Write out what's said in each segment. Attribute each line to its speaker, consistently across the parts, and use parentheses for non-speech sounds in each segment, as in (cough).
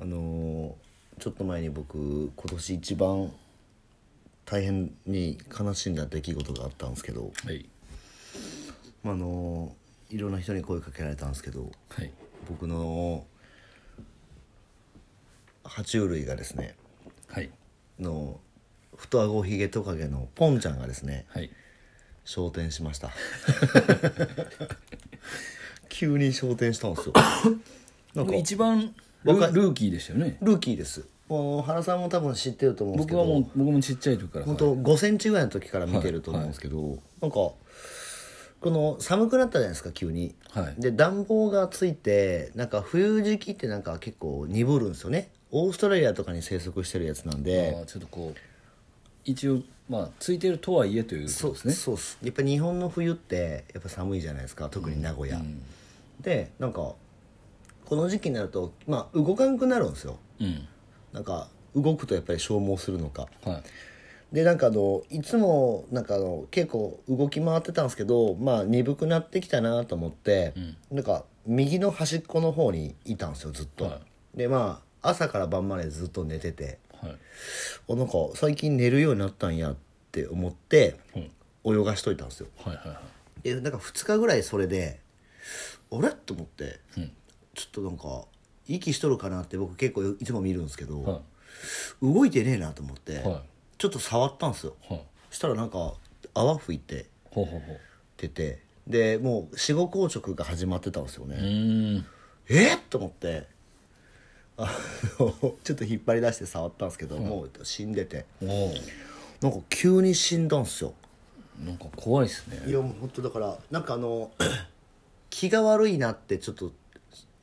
Speaker 1: あのーちょっと前に僕今年一番大変に悲しんだ出来事があったんですけど、
Speaker 2: はい
Speaker 1: まああのーいろんな人に声かけられたんですけど
Speaker 2: はい
Speaker 1: 僕の爬虫類がですね
Speaker 2: はい
Speaker 1: の太あごひげトカゲのポンちゃんがですね
Speaker 2: はい
Speaker 1: 昇天しました (laughs) 急に昇天したんですよなんか
Speaker 2: 一番ル
Speaker 1: 若い
Speaker 2: ルーキーでしたよね
Speaker 1: ルーキーですもう原さんも多分知ってると思うんですけ
Speaker 2: 僕
Speaker 1: ど
Speaker 2: はもう僕もちっちゃい時から
Speaker 1: 本当5センチぐらいの時から見てると思うんですけど、なんかこの寒くなったじゃないですか急に、
Speaker 2: はい
Speaker 1: で暖房がついてなんか冬時期ってなんか結構鈍るんですよねオーストラリアとかに生息してるやつなん
Speaker 2: はい
Speaker 1: で
Speaker 2: あーちょっとこう一応まあついてるとはいえということ
Speaker 1: そう
Speaker 2: ですね
Speaker 1: そうっすやっぱ日本の冬ってやっぱ寒いじゃないですか特に名古屋、でなんかこの時期になるとまあ動かんくなるんですよ
Speaker 2: うん
Speaker 1: なんか動くとやっぱり消耗するのか
Speaker 2: はい
Speaker 1: でなんかあのいつもなんかあの結構動き回ってたんですけどまあ鈍くなってきたなと思って、なんか右の端っこの方にいたんですよずっと、
Speaker 2: は
Speaker 1: でまあ朝から晩までずっと寝てて
Speaker 2: はい
Speaker 1: あなんか最近寝るようになったんやって思って
Speaker 2: うん
Speaker 1: 泳がしといたんですよ
Speaker 2: はいはいは
Speaker 1: でなんか2日ぐらいそれであれと思って、
Speaker 2: いうん
Speaker 1: ちょっとなんか息しとるかなって僕結構いつも見るんですけど、
Speaker 2: は
Speaker 1: 動いてねえなと思って、
Speaker 2: はい
Speaker 1: ちょっと触ったんですよ
Speaker 2: いはい
Speaker 1: したらなんか泡吹いて
Speaker 2: ほうほうほう
Speaker 1: ててでもう死後硬直が始まってたんですよ
Speaker 2: う
Speaker 1: ね、
Speaker 2: ーん
Speaker 1: えっと思ってあの (laughs) ちょっと引っ張り出して触ったんですけど、もう死んでて
Speaker 2: おお
Speaker 1: なんか急に死んだんですよ
Speaker 2: なんか怖いですね
Speaker 1: いやもう本当だからなんかあの (coughs) 気が悪いなってちょっと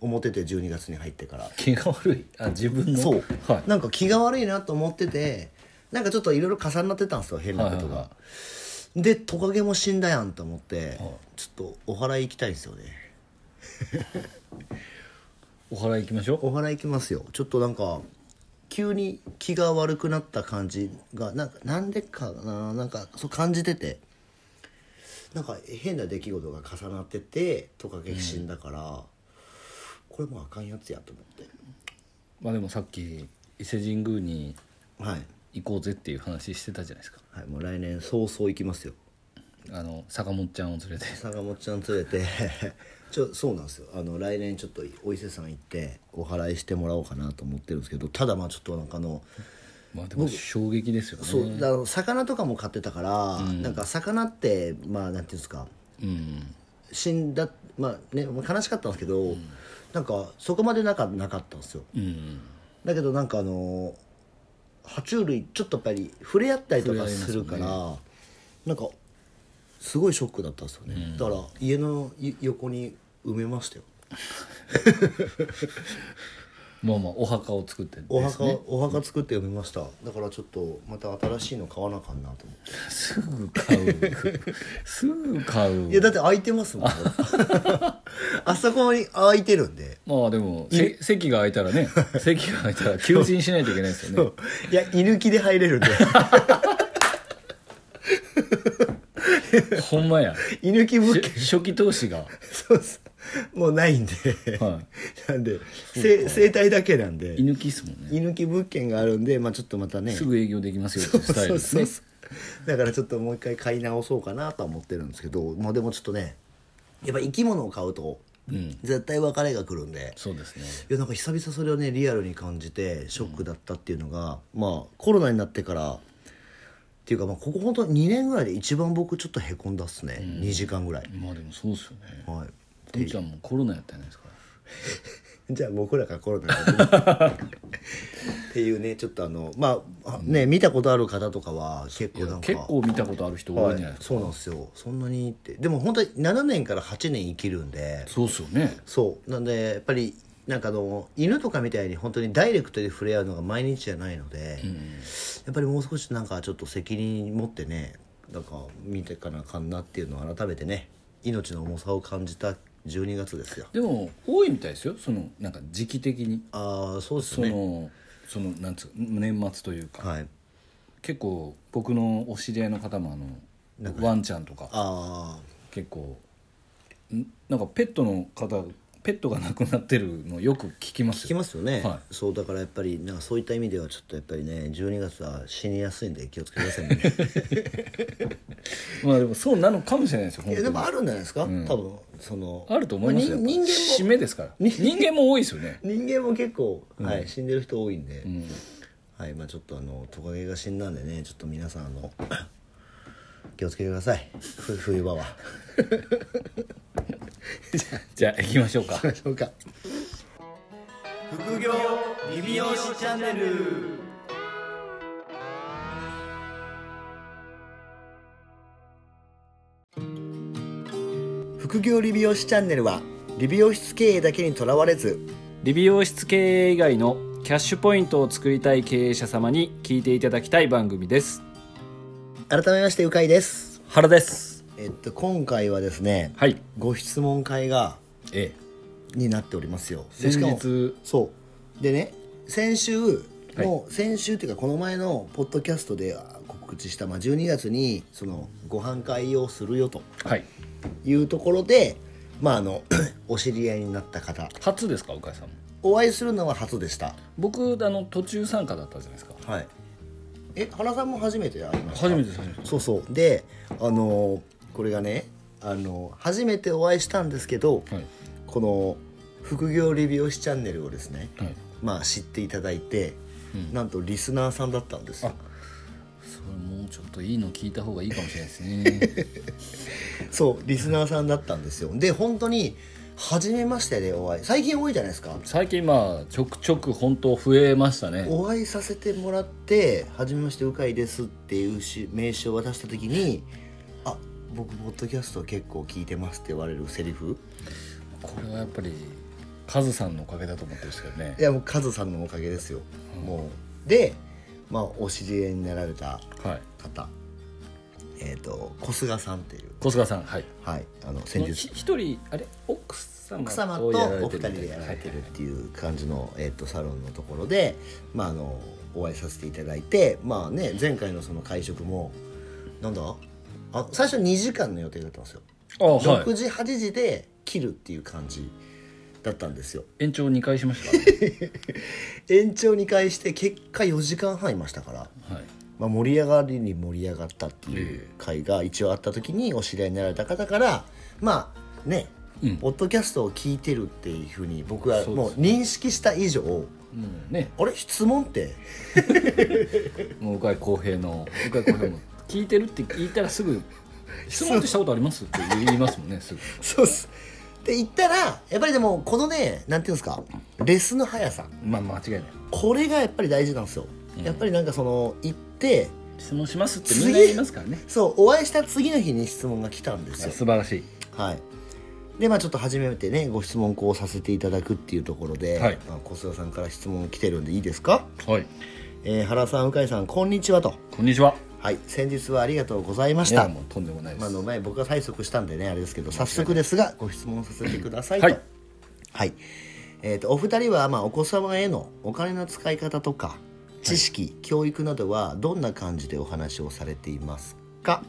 Speaker 1: 思ってて12月に入ってから
Speaker 2: 気が悪いあ自分の
Speaker 1: そう、
Speaker 2: はい
Speaker 1: なんか気が悪いなと思っててなんかちょっといろいろ重なってたんですよ変なことが、
Speaker 2: はいはいは
Speaker 1: でトカゲも死んだやんと思って、
Speaker 2: い
Speaker 1: ちょっとお祓い行きたいんですよね
Speaker 2: お祓い行きましょう
Speaker 1: お祓い行きますよちょっとなんか急に気が悪くなった感じがなんかなんでかななんかそう感じててなんか変な出来事が重なっててトカゲ死んだから、これもうあかんやつやと思っ
Speaker 2: まあでもさっき伊勢神宮に
Speaker 1: てはい、
Speaker 2: 行こうぜっていう話してたじゃないですか
Speaker 1: はい、もう来年早々行きますよ
Speaker 2: あの坂本ちゃんを連れて
Speaker 1: 坂本ちゃん連れて (laughs) ちょそうなんですよあの来年ちょっとお伊勢さん行ってお祓いしてもらおうかなと思ってるんですけどただまあちょっとなんかあの
Speaker 2: まあでも衝撃ですよね
Speaker 1: そうあの魚とかも買ってたから、なんか魚ってまあなんていうんですか
Speaker 2: うん
Speaker 1: 死んだまあね悲しかったんですけど、なんかそこまでなかなかったんですよ
Speaker 2: うん
Speaker 1: だけどなんかあの爬虫類ちょっとやっぱり触れ合ったりとかするからなんかすごいショックだったんですよね、だから家のい横に埋めましたよ
Speaker 2: まあまあお墓を作ってですね
Speaker 1: お墓お墓作って埋めましただからちょっとまた新しいの買わなあかんなと思って
Speaker 2: すぐ買う (laughs) すぐ買う
Speaker 1: いやだって空いてます
Speaker 2: (laughs)
Speaker 1: もんあそこに空いてるんで
Speaker 2: まあでもせ席が空いたら
Speaker 1: (laughs)
Speaker 2: ね席が空いたら求人しないといけないですよね
Speaker 1: いや居抜きで入れるんで (laughs)
Speaker 2: ほんまや
Speaker 1: 居抜き物
Speaker 2: し
Speaker 1: 件
Speaker 2: 初期投資が、
Speaker 1: そうそうもうないんで
Speaker 2: は
Speaker 1: なんでせ生態だけなんで
Speaker 2: い、居抜きっすもんね
Speaker 1: 居抜き物件があるんで、まあ、ちょっとまたね
Speaker 2: すぐ営業できますよっていうスタイル
Speaker 1: そうそ
Speaker 2: ですね
Speaker 1: うそうだからちょっともう一回買い直そうかなとは思ってるんですけど、まあ、でもちょっとねやっぱ生き物を買うと絶対別れが来るんで、
Speaker 2: そうですね
Speaker 1: いやなんか久々それをねリアルに感じてショックだったっていうのが、まあコロナになってからっていうかまあここ本当2年ぐらいで一番僕ちょっとへこんだっすね、2時間ぐらい、
Speaker 2: まあでもそうですよね
Speaker 1: はい
Speaker 2: とんちゃんもコロナやったじゃないですか
Speaker 1: じゃあ僕らからコロナになってますっていうねちょっとあのまああね見たことある方とかは結構なんか
Speaker 2: 結構見たことある人多
Speaker 1: はい
Speaker 2: ん
Speaker 1: い
Speaker 2: じゃないですか、
Speaker 1: そうなんですよそんなにってでも本当に7年から8年生きるんで
Speaker 2: そうっすよね
Speaker 1: そうなんでやっぱりなんかあの犬とかみたいに本当にダイレクトで触れ合うのが毎日じゃないので、やっぱりもう少しなんかちょっと責任持ってねなんか見てかなあかんなっていうのを改めてね命の重さを感じた12月ですよ
Speaker 2: でも多いみたいですよそのなんか時期的に
Speaker 1: ああそうです
Speaker 2: そ
Speaker 1: よ
Speaker 2: の、
Speaker 1: ね
Speaker 2: そのなんつう年末というか、
Speaker 1: はい
Speaker 2: 結構僕のお知り合いの方もあのワンちゃんとか
Speaker 1: ああ
Speaker 2: 結構んなんかペットの方ペットが亡くなってるのよく聞きます
Speaker 1: 聞き
Speaker 2: よ
Speaker 1: ますよね、
Speaker 2: は
Speaker 1: そうだからやっぱりなんかそういった意味ではちょっとやっぱりね12月は死にやすいんで気をつけてくださいね
Speaker 2: まあでもそうなのかもしれないですよ
Speaker 1: (laughs) い
Speaker 2: 本
Speaker 1: やで
Speaker 2: 当に
Speaker 1: もあるんじゃないですか、多分その
Speaker 2: あると思いますよ
Speaker 1: まあ人人間
Speaker 2: 締
Speaker 1: も
Speaker 2: めですから人間も多いですよね
Speaker 1: 人間も結構、はい、死んでる人多いんで、はいまあちょっとあのトカゲが死んだんでねちょっと皆さんあの (coughs) 気をつけてくださいふ冬場は
Speaker 2: じゃあ行きましょうか
Speaker 1: 行きましょうか
Speaker 3: 副業リビオシチャンネル
Speaker 1: 副業理美容師チャンネルは理美容室経営だけにとらわれず
Speaker 4: 理美容室経営以外のキャッシュポイントを作りたい経営者様に聞いていただきたい番組です
Speaker 1: 改めましてうかいです
Speaker 4: 原です
Speaker 1: えっと今回はですね、
Speaker 4: はい
Speaker 1: ご質問会が
Speaker 2: え
Speaker 1: になっておりますよ
Speaker 2: え
Speaker 1: でしかも
Speaker 2: 先日
Speaker 1: そうでね先週の、先週っていうかこの前のポッドキャストで告知した、まあ、12月にそのご飯会をするよと
Speaker 2: はい
Speaker 1: いうところでまああの (coughs) お知り合いになった方
Speaker 2: 初ですか岡井さんも
Speaker 1: お会いするのは初でした
Speaker 2: 僕あの途中参加だったじゃないですか
Speaker 1: はいえ原さんも初めて会いました
Speaker 2: 初めてです初めてです
Speaker 1: そうそうであのーこれがね、あのー初めてお会いしたんですけど、
Speaker 2: はい
Speaker 1: この副業理美容師チャンネルをですね、
Speaker 2: はい
Speaker 1: まあ知っていただいて、なんとリスナーさんだったんですよ
Speaker 2: それもうちょっといいの聞いた方がいいかもしれないですね
Speaker 1: そうリスナーさんだったんですよで本当に初めましてでお会い最近多いじゃないですか
Speaker 2: 最近まあちょくちょく本当増えましたね
Speaker 1: お会いさせてもらって「はじめましてうかいです」っていうし名刺を渡した時に「あ僕ポッドキャスト結構聞いてます」って言われるセリフ
Speaker 2: これはやっぱりカズさんのおかげだと思ってるんですけどね
Speaker 1: いやもうカズさんのおかげですよ、もうで、まあ、お知り合いになられた
Speaker 2: はい
Speaker 1: 方えっ、と小菅さんっていう
Speaker 2: 小菅さんはい
Speaker 1: はいあの
Speaker 2: も
Speaker 1: 先
Speaker 2: う
Speaker 1: 日
Speaker 2: ひ一人あれ奥様
Speaker 1: 奥様と
Speaker 2: をやら
Speaker 1: お
Speaker 2: れ
Speaker 1: 二
Speaker 2: て
Speaker 1: 人
Speaker 2: るみたい
Speaker 1: で
Speaker 2: な
Speaker 1: やられて
Speaker 2: はい
Speaker 1: るっていう感じの、えっとサロンのところで、まあ、あのお会いさせていただいてまあね前回のその会食もなんだあ最初2時間の予定だったんですよ、
Speaker 2: あはい
Speaker 1: 6時8時で切るっていう感じだったんですよ
Speaker 2: 延長2回しました、
Speaker 1: 延長2回して結果4時間半いましたから、
Speaker 2: はい、
Speaker 1: まあ、盛り上がりに盛り上がったっていう回が一応あった時にお知り合いになられた方からまあね、
Speaker 2: うん
Speaker 1: ポッドキャストを聞いてるっていうふうに僕は
Speaker 2: そうで
Speaker 1: もう
Speaker 2: す
Speaker 1: 認識した以上、
Speaker 2: (laughs) もうね
Speaker 1: あれ質問って
Speaker 2: (laughs) もう鵜飼浩平の鵜飼浩平も聞いてるって言ったらす (laughs) ぐ質問ってしたことありますって言いますもんねすぐ
Speaker 1: そうっすって言ったらやっぱりでもこのねなんていうんですかレスの速さ
Speaker 2: まあ間違いない
Speaker 1: これがやっぱり大事なんですよ、やっぱりなんかその行って
Speaker 2: 質問しますってみんな言いますからね
Speaker 1: そうお会いした次の日に質問が来たんですよ
Speaker 2: 素晴らしい
Speaker 1: はい、でまあちょっと初めてねご質問こうさせていただくっていうところで、
Speaker 2: はい
Speaker 1: まあ、小菅さんから質問来てるんでいいですか、
Speaker 2: はい
Speaker 1: えー原さん鵜飼さんこんにちはと
Speaker 2: こんにちは
Speaker 1: はい先日はありがとうございまし
Speaker 2: いや
Speaker 1: た
Speaker 2: もうとんでもないで
Speaker 1: まあ、あ
Speaker 2: す、
Speaker 1: の前僕が催促したんでねあれですけど早速ですがご質問させてくださいと
Speaker 2: は
Speaker 1: はいい、えー、とお二人はまあお子様へのお金の使い方とか知識、教育などはどんな感じでお話をされていますか、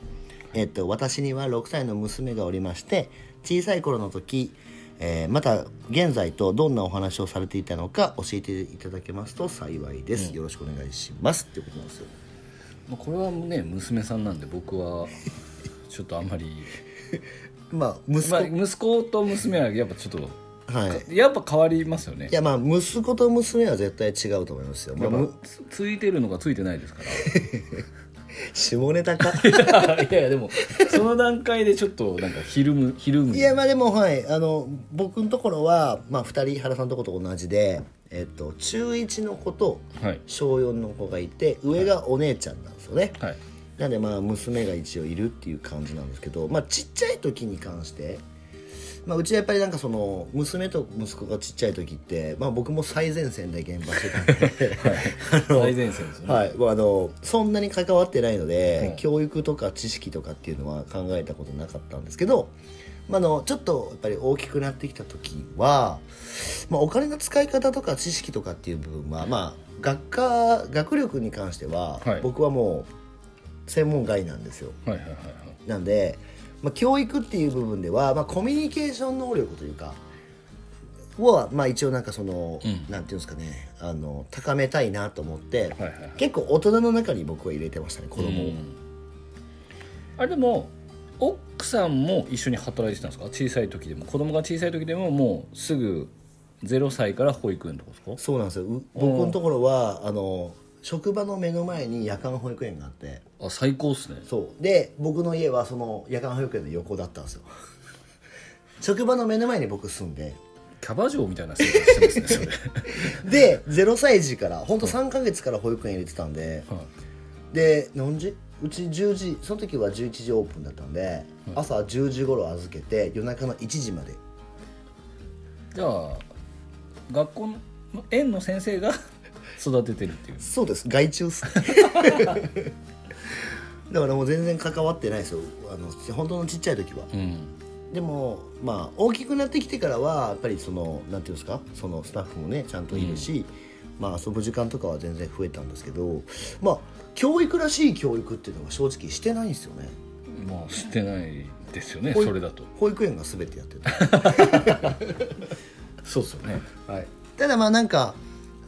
Speaker 1: えー、と私には6歳の娘がおりまして小さい頃の時、えーまた現在とどんなお話をされていたのか教えていただけますと幸いです、よろしくお願いしますってことなんですよ
Speaker 2: まあこれはね娘さんなんで僕はちょっとあんまり、
Speaker 1: まあ息子、
Speaker 2: まあ、息子と娘はやっぱちょっと
Speaker 1: はい
Speaker 2: やっぱ変わりますよね
Speaker 1: いやまあ息子と娘は絶対違うと思いますよ、まあ、
Speaker 2: やっ
Speaker 1: む
Speaker 2: ぱつついてるのかついてないですから
Speaker 1: 下ネ
Speaker 2: (laughs)
Speaker 1: タか
Speaker 2: いやいやでもその段階でちょっとなんかひるむひるむ
Speaker 1: いやまあでもはいあの僕のところは、まあ、2人原さんのところと同じで、えっと、中1の子と
Speaker 2: はい
Speaker 1: 小4の子がいて上がお姉ちゃんなんですよね、
Speaker 2: はい
Speaker 1: なんでまあ娘が一応いるっていう感じなんですけど、まあ、ちっちゃい時に関して、まあ、うちはやっぱりなんかその娘と息子がちっちゃい時って、まあ、僕も最前線で現場して
Speaker 2: (laughs)
Speaker 1: たんで、 (laughs) あの
Speaker 2: 最前線ですよね、
Speaker 1: はい、まああのそんなに関わってないので、
Speaker 2: うん
Speaker 1: 教育とか知識とかっていうのは考えたことなかったんですけど、まあ、あのちょっとやっぱり大きくなってきた時は、まあ、お金の使い方とか知識とかっていう部分は、まあ、学科学力に関しては、
Speaker 2: はい
Speaker 1: 僕はもう専門外なんですよ。
Speaker 2: はいはいはいはい
Speaker 1: なんで、まあ、教育っていう部分では、まあ、コミュニケーション能力というかはまあ一応なんかその、
Speaker 2: うん
Speaker 1: なんていうんですかねあの高めたいなと思って、
Speaker 2: はいはい
Speaker 1: 結構大人の中に僕は入れてましたね子
Speaker 2: 子
Speaker 1: 供を、
Speaker 2: あれでも奥さんも一緒に働いてたんですか小さい時でも子供が小さい時でももうすぐ0歳から保育園とかです
Speaker 1: そうなんですよう僕のところはあの職場の目の前に夜間保育園があって
Speaker 2: かあ最高っすね
Speaker 1: そうで僕の家はその夜間保育園の横だったんですよ (laughs) 職場の目の前に僕住んで
Speaker 2: キャバ嬢みたいな生活してますねそれ
Speaker 1: で0歳児から本当3ヶ月から保育園入れてたんで、
Speaker 2: (laughs) はい
Speaker 1: で何時うち10時その時は11時オープンだったんで、朝10時頃預けて夜中の1時まで
Speaker 2: じゃあ学校の園の先生が (laughs) 育ててるっていう
Speaker 1: そうです外注っす (laughs) だからもう全然関わってないですよあの本当のちっちゃい時は
Speaker 2: うん
Speaker 1: でもまあ大きくなってきてからはやっぱりそのなんていうんですかそのスタッフもねちゃんといるし、まあ遊ぶ時間とかは全然増えたんですけどまあ教育らしい教育っていうのは正直してないんですよね
Speaker 2: まあしてないですよね
Speaker 1: ほい
Speaker 2: それだと
Speaker 1: 保育園が全てやってた
Speaker 2: そうですよね
Speaker 1: はい、ただまあなんか、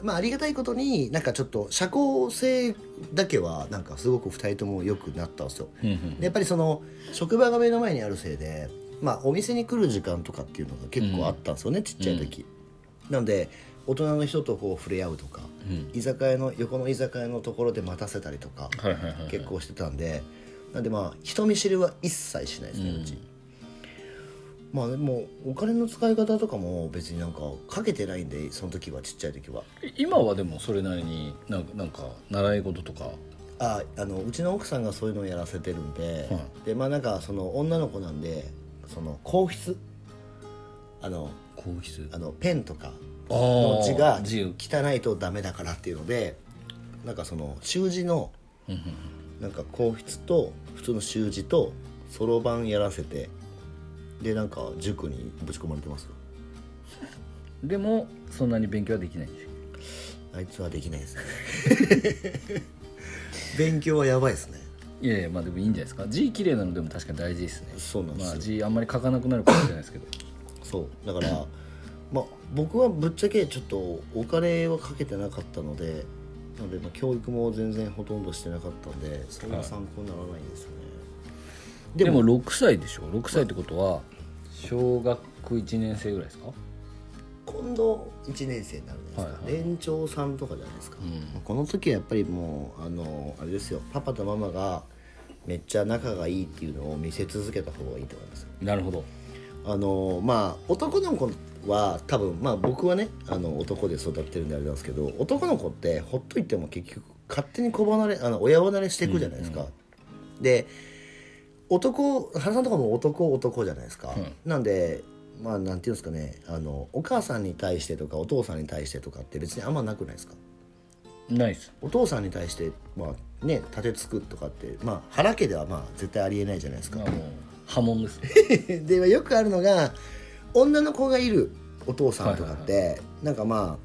Speaker 1: まあ、ありがたいことになんかちょっと社交性だけはなんかすごく2人とも良くなったんですよ。
Speaker 2: うんう
Speaker 1: でやっぱりその職場が目の前にあるせいで、まあ、お店に来る時間とかっていうのが結構あったんですよね、ちっちゃい時。なんで大人の人とこう触れ合うとか、
Speaker 2: ん
Speaker 1: 居酒屋の横の居酒屋のところで待たせたりとか、
Speaker 2: はいはいはいはい
Speaker 1: 結構してたんでなんでまあ人見知りは一切しないですね、うちまあでもお金の使い方とかも別になんかかけてないんでその時はちっちゃい時は
Speaker 2: 今はでもそれなりになんかなんか習い事とか
Speaker 1: ああのうちの奥さんがそういうのをやらせてるんで、
Speaker 2: は
Speaker 1: でまあなんかその女の子なんでその硬筆あの
Speaker 2: 皇室
Speaker 1: あのペンとか
Speaker 2: あ
Speaker 1: の
Speaker 2: ー
Speaker 1: 字が
Speaker 2: 字を
Speaker 1: 汚いとダメだからっていうのでなんかその習字の
Speaker 2: うんうん
Speaker 1: なんか硬筆と普通の習字とそろばんやらせてでなんか塾にぶち込まれてますよ
Speaker 2: うんでもそんなに勉強はできないんですよ
Speaker 1: あいつはできないですね
Speaker 2: (laughs)
Speaker 1: 勉強はやばいですね
Speaker 2: いやいやまあでもいいんじゃないですか字綺麗なのでも確かに大事ですね
Speaker 1: そうなんですよ
Speaker 2: まあ字あんまり書かなくなるかもしれないですけど
Speaker 1: そうだから (laughs) まあ僕はぶっちゃけちょっとお金はかけてなかったのでなのでまあ教育も全然ほとんどしてなかったんでそんな参考にならないんですよね、
Speaker 2: でも6歳でしょ6歳ってことは小学1年生ぐらいですか
Speaker 1: 今度1年生になるじゃないですか、
Speaker 2: はいは
Speaker 1: 年長さんとかじゃないですか、
Speaker 2: ん
Speaker 1: まあこの時はやっぱりもうあのあれですよパパとママがめっちゃ仲がいいっていうのを見せ続けた方がいいと思います
Speaker 2: なるほど
Speaker 1: あのまあ男の子は多分まあ僕はねあの男で育ってるんであれなんですけど男の子ってほっといても結局勝手に子離れあの親離れしていくじゃないですか、で男原さんとかも男男じゃないですか、
Speaker 2: う
Speaker 1: なんでまあなんていうんですかねあのお母さんに対してとかお父さんに対してとかって別にあんまなくないですか
Speaker 2: ナイス
Speaker 1: お父さんに対してまあね立てつくとかってまあ原家ではまあ絶対ありえないじゃないですか
Speaker 2: まあ、もう波紋です
Speaker 1: でよくあるのが女の子がいるお父さんとかって、なんかま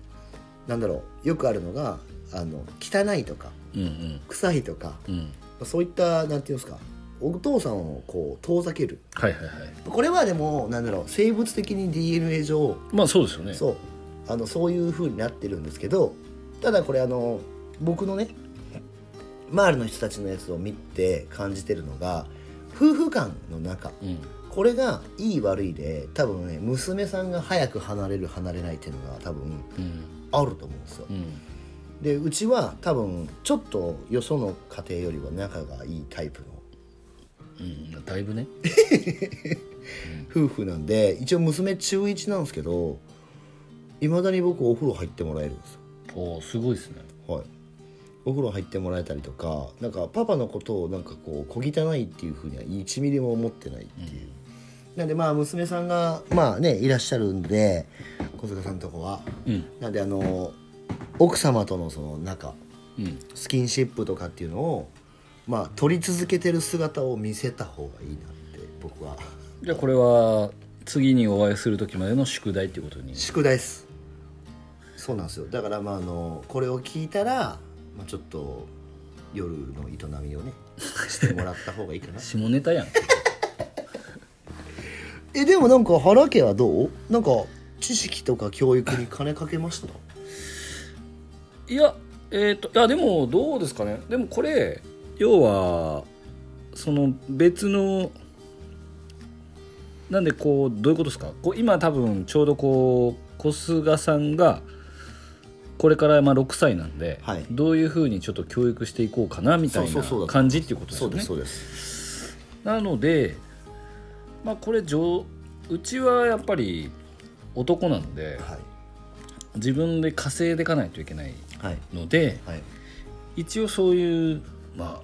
Speaker 1: あなんだろうよくあるのがあの汚いとか
Speaker 2: (laughs) うんうん
Speaker 1: 臭いとか
Speaker 2: うん
Speaker 1: そういったなんていうんですかお父さんをこう遠ざける
Speaker 2: はいはいはい
Speaker 1: これはでもなんだろう生物的に DNA 上
Speaker 2: まあそうですよね
Speaker 1: そうあのそういう風になってるんですけどただこれあの僕のね周りの人たちのやつを見て感じてるのが夫婦間の中
Speaker 2: うん
Speaker 1: これがいい悪いで多分ね娘さんが早く離れる離れないっていうのが多分
Speaker 2: うん
Speaker 1: あると思うんですよ
Speaker 2: うん
Speaker 1: でうちは多分ちょっとよその家庭よりは仲がいいタイプの
Speaker 2: うんだい (laughs) ぶね
Speaker 1: 夫婦なんで一応娘中1なんですけどいまだに僕お風呂入ってもらえるんです
Speaker 2: おーすごいですね
Speaker 1: よはいお風呂入ってもらえたりとかなんかパパのことをなんかこう小汚いっていうふうには1ミリも思ってないっていう、なんでまあ娘さんがまあねいらっしゃるんで小塚さんとこは
Speaker 2: うん
Speaker 1: なんであの奥様とのその仲
Speaker 2: うん
Speaker 1: スキンシップとかっていうのをまあ取り続けてる姿を見せた方がいいなって僕は
Speaker 2: じゃあこれは次にお会いする時までの宿題っていうことに
Speaker 1: 宿題ですそうなんですよだからまああのこれを聞いたら、まあ、ちょっと夜の営みをねしてもらった方がいい (laughs) かな
Speaker 2: 下ネタやん
Speaker 1: えでもなんか原家はどうなんか知識とか教育に金かけました
Speaker 2: いやえっ、といやでもどうですかねでもこれ要はその別のなんでこうどういうことですかこう今多分ちょうどこう小菅さんがこれからまあ6歳なんで、
Speaker 1: はい
Speaker 2: どういうふうにちょっと教育していこうかなみたい
Speaker 1: そうそうそうだ
Speaker 2: な
Speaker 1: と
Speaker 2: 感じっていうことです
Speaker 1: そ
Speaker 2: よ
Speaker 1: う
Speaker 2: ね。
Speaker 1: ですそうです
Speaker 2: なのでまあこれ上うちはやっぱり男なので
Speaker 1: はい
Speaker 2: 自分で稼いでいかないといけない
Speaker 1: はい
Speaker 2: ので
Speaker 1: はい
Speaker 2: 一応そういうまあ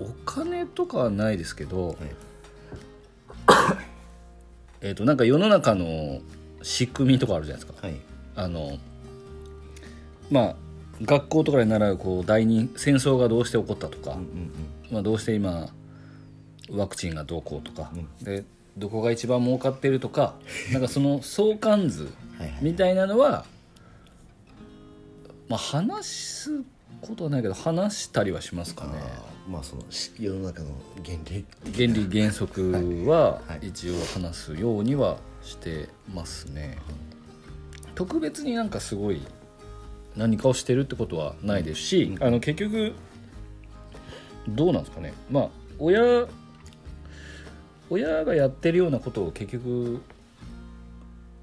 Speaker 2: お金とかはないですけど、
Speaker 1: はい
Speaker 2: (coughs) えー、となんか世の中の仕組みとかあるじゃないですか。
Speaker 1: はい
Speaker 2: あのまあ学校とかで習うこう第二戦争がどうして起こったとか、
Speaker 1: うんうん
Speaker 2: まあ、どうして今ワクチンがどうこうとか、でどこが一番儲かってるとかなんかその相関図
Speaker 1: はいはい
Speaker 2: みたいなのは、まあ、話すことはないけど話したりはしますかね。
Speaker 1: あーまあそのし世の中の原理
Speaker 2: 原理原則は
Speaker 1: はいはい
Speaker 2: 一応話すようにはしてますね、特別になんかすごい何かをしてるってことはないですし、あの結局どうなんですかねまあ親親がやってるようなことを結局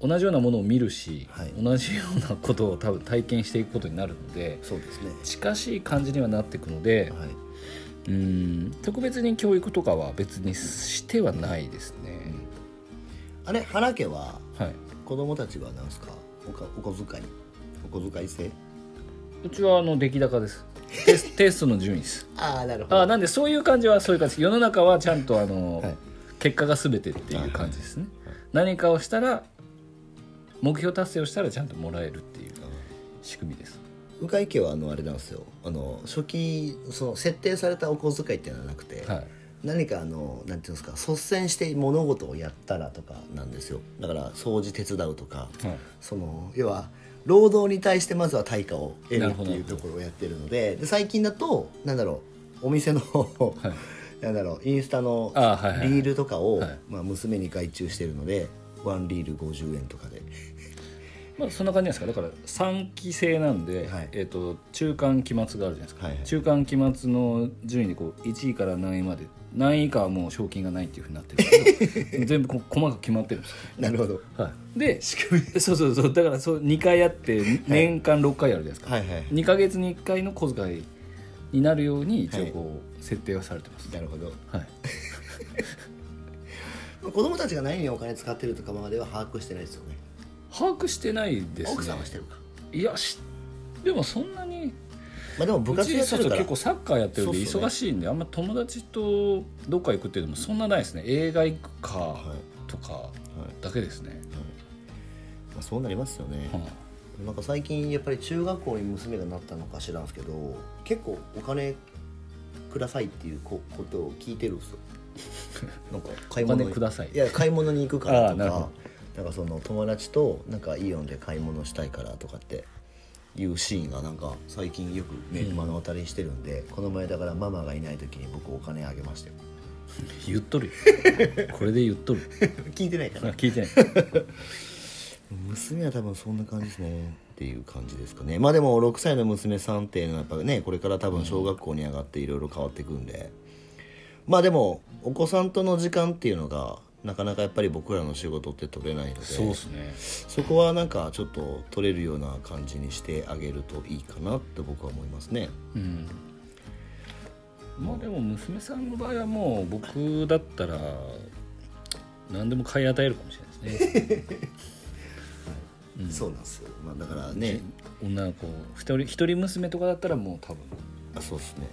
Speaker 2: 同じようなものを見るし、
Speaker 1: はい
Speaker 2: 同じようなことを多分体験していくことになるので
Speaker 1: そうですね
Speaker 2: 近しい感じにはなっていくので、
Speaker 1: はい
Speaker 2: うん特別に教育とかは別にしてはないですね、
Speaker 1: あれ原家は
Speaker 2: はい
Speaker 1: 子供たちは何ですかおかお小遣いお小遣い制
Speaker 2: うちはあの出来高 (laughs) ですテステストの順位です
Speaker 1: ああなる
Speaker 2: あーなんでそういう感じはそういう感じ世の中はちゃんとあの、
Speaker 1: はい
Speaker 2: 結果が全てっていう感じですね、何かをしたら目標達成をしたらちゃんともらえるっていう仕組みです
Speaker 1: 向井家はあのあれなんですよあの初期その設定されたお小遣いっていうのはなくて、
Speaker 2: はい
Speaker 1: 何かあのなんていうんですか率先して物事をやったらとかなんですよだから掃除手伝うとか、
Speaker 2: はい
Speaker 1: その要は労働に対してまずは対価を得
Speaker 2: な
Speaker 1: る
Speaker 2: る
Speaker 1: って
Speaker 2: ほど
Speaker 1: いうところをやってるのでで最近だとなんだろうお店の、 (laughs) なんだろうインスタの
Speaker 2: あはいはい
Speaker 1: リールとかを、
Speaker 2: はい
Speaker 1: まあ、娘に外注してるのでワンリール50円とかで (laughs)
Speaker 2: まあそんな感じなんですかだから3期制なんで、
Speaker 1: はい
Speaker 2: えー、と中間期末があるじゃないですか、
Speaker 1: はいはい
Speaker 2: 中間期末の順位でこう1位から何位まで何位以下はもう賞金がないっていうふうになってるんです
Speaker 1: (laughs)
Speaker 2: けど全部こう細かく決まってるんですよ
Speaker 1: なるほど
Speaker 2: はい、でそうそうそうだからそう2回やって年間6回やるじゃないですか、
Speaker 1: はいはい
Speaker 2: 2か月に1回の小遣いになるように一応こう設定はされてます、
Speaker 1: なるほど
Speaker 2: はい、
Speaker 1: 子供たちが何にお金使ってるとかまでは把握してないですよね
Speaker 2: 把握してないですね
Speaker 1: 奥さんはしてるか
Speaker 2: いやしでもそんなに
Speaker 1: まあでも部
Speaker 2: う
Speaker 1: 活
Speaker 2: ち
Speaker 1: やって
Speaker 2: そう
Speaker 1: る
Speaker 2: そう
Speaker 1: から
Speaker 2: 結構サッカーやってるんで
Speaker 1: そうっすよね
Speaker 2: 忙しいんで、あんま友達とどっか行くっていうのもそんなないですね映画行くかとかだけですね、
Speaker 1: まあ、そうなりますよね、
Speaker 2: はい
Speaker 1: なんか最近やっぱり中学校に娘がなったのか知らんすけど結構お金くださいっていうこことを聞いてるんですよなんか買い物
Speaker 2: お金ください
Speaker 1: いや買い物に行くからと
Speaker 2: あーなるほ
Speaker 1: かな
Speaker 2: ど
Speaker 1: んかその友達となんかイオンで買い物したいからとかっていうシーンがなんか最近よく目,、目の当たりにしてるんでこの前だからママがいない時に僕お金あげましたよ
Speaker 2: 言っとるよ (laughs) これで言っとる
Speaker 1: 聞いてないか
Speaker 2: あ
Speaker 1: な
Speaker 2: 聞いてない
Speaker 1: 娘は多分そんな感じですねっていう感じですかねまあでも6歳の娘さんっていうのはやっぱねこれから多分小学校に上がっていろいろ変わっていくんで、まあでもお子さんとの時間っていうのがなかなかやっぱり僕らの仕事って取れないので
Speaker 2: そうですね
Speaker 1: そこはなんかちょっと取れるような感じにしてあげるといいかなって僕は思いますね
Speaker 2: うんまあでも娘さんの場合はもう僕だったら何でも買い与えるかもしれな
Speaker 1: (laughs)
Speaker 2: いですね
Speaker 1: そうなんですよ、まあ、だからね
Speaker 2: 女の子一人一人娘とかだったらもう多分
Speaker 1: あそうですね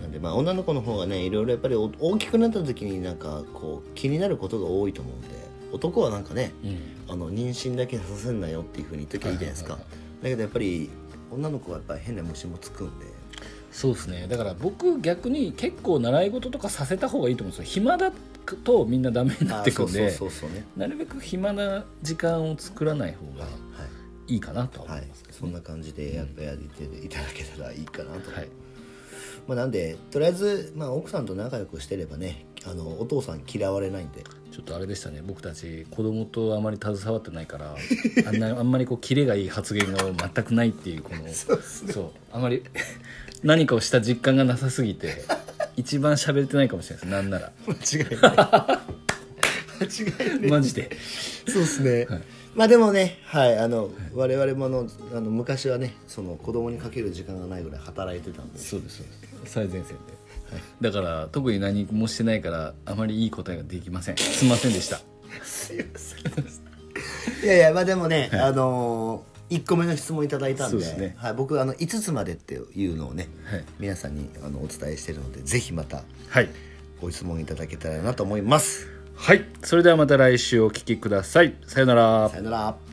Speaker 1: はいなんでまあ女の子の方がねいろいろやっぱりお大きくなった時になんかこう気になることが多いと思うんで男はなんかね
Speaker 2: うん
Speaker 1: あの妊娠だけさせんなよっていうふうに言っときゃいいじゃないですか、
Speaker 2: はいはい
Speaker 1: だけどやっぱり女の子はやっぱり変な虫もつくんで
Speaker 2: そうですねだから僕逆に結構習い事とかさせた方がいいと思うんですよ暇だとみんなダメになってくんで
Speaker 1: あーそうそうそうそうね
Speaker 2: なるべく暇な時間を作らない方がいいかなとは
Speaker 1: は
Speaker 2: 思
Speaker 1: い、はいい
Speaker 2: ます、、
Speaker 1: そんな感じでやっぱやっていただけたらいいかなと、
Speaker 2: はい (laughs)
Speaker 1: まあ、なんでとりあえず、まあ、奥さんと仲良くしてればねあのお父さん嫌われないんで
Speaker 2: ちょっとあれでしたね僕たち子供とあまり携わってないからあんな
Speaker 1: (laughs)
Speaker 2: あんまりこうキレがいい発言が全くないっていうこのそう,、あまり何かをした実感がなさすぎて一番喋れてないかもしれないですなんな
Speaker 1: (laughs)
Speaker 2: ら
Speaker 1: 間違いない間違 (laughs) いない
Speaker 2: マジで
Speaker 1: そうですね、まあでもね、はい、あの、我々もあのあの昔はねその子供にかける時間がないぐらい働いてたんで
Speaker 2: そうですそうです最前線で、だから特に何もしてないからあまりいい答えができませんすみませんでした
Speaker 1: いやいやまあでもね、あのー、1個目の質問いただいたんで
Speaker 2: そうですね
Speaker 1: はい、僕あの5つまでっていうのをね、
Speaker 2: はい
Speaker 1: 皆さんにあのお伝えしてるのでぜひまた
Speaker 2: はい
Speaker 1: ご質問いただけたらなと思います
Speaker 2: はいそれではまた来週お聞きくださいさよなら
Speaker 1: さよなら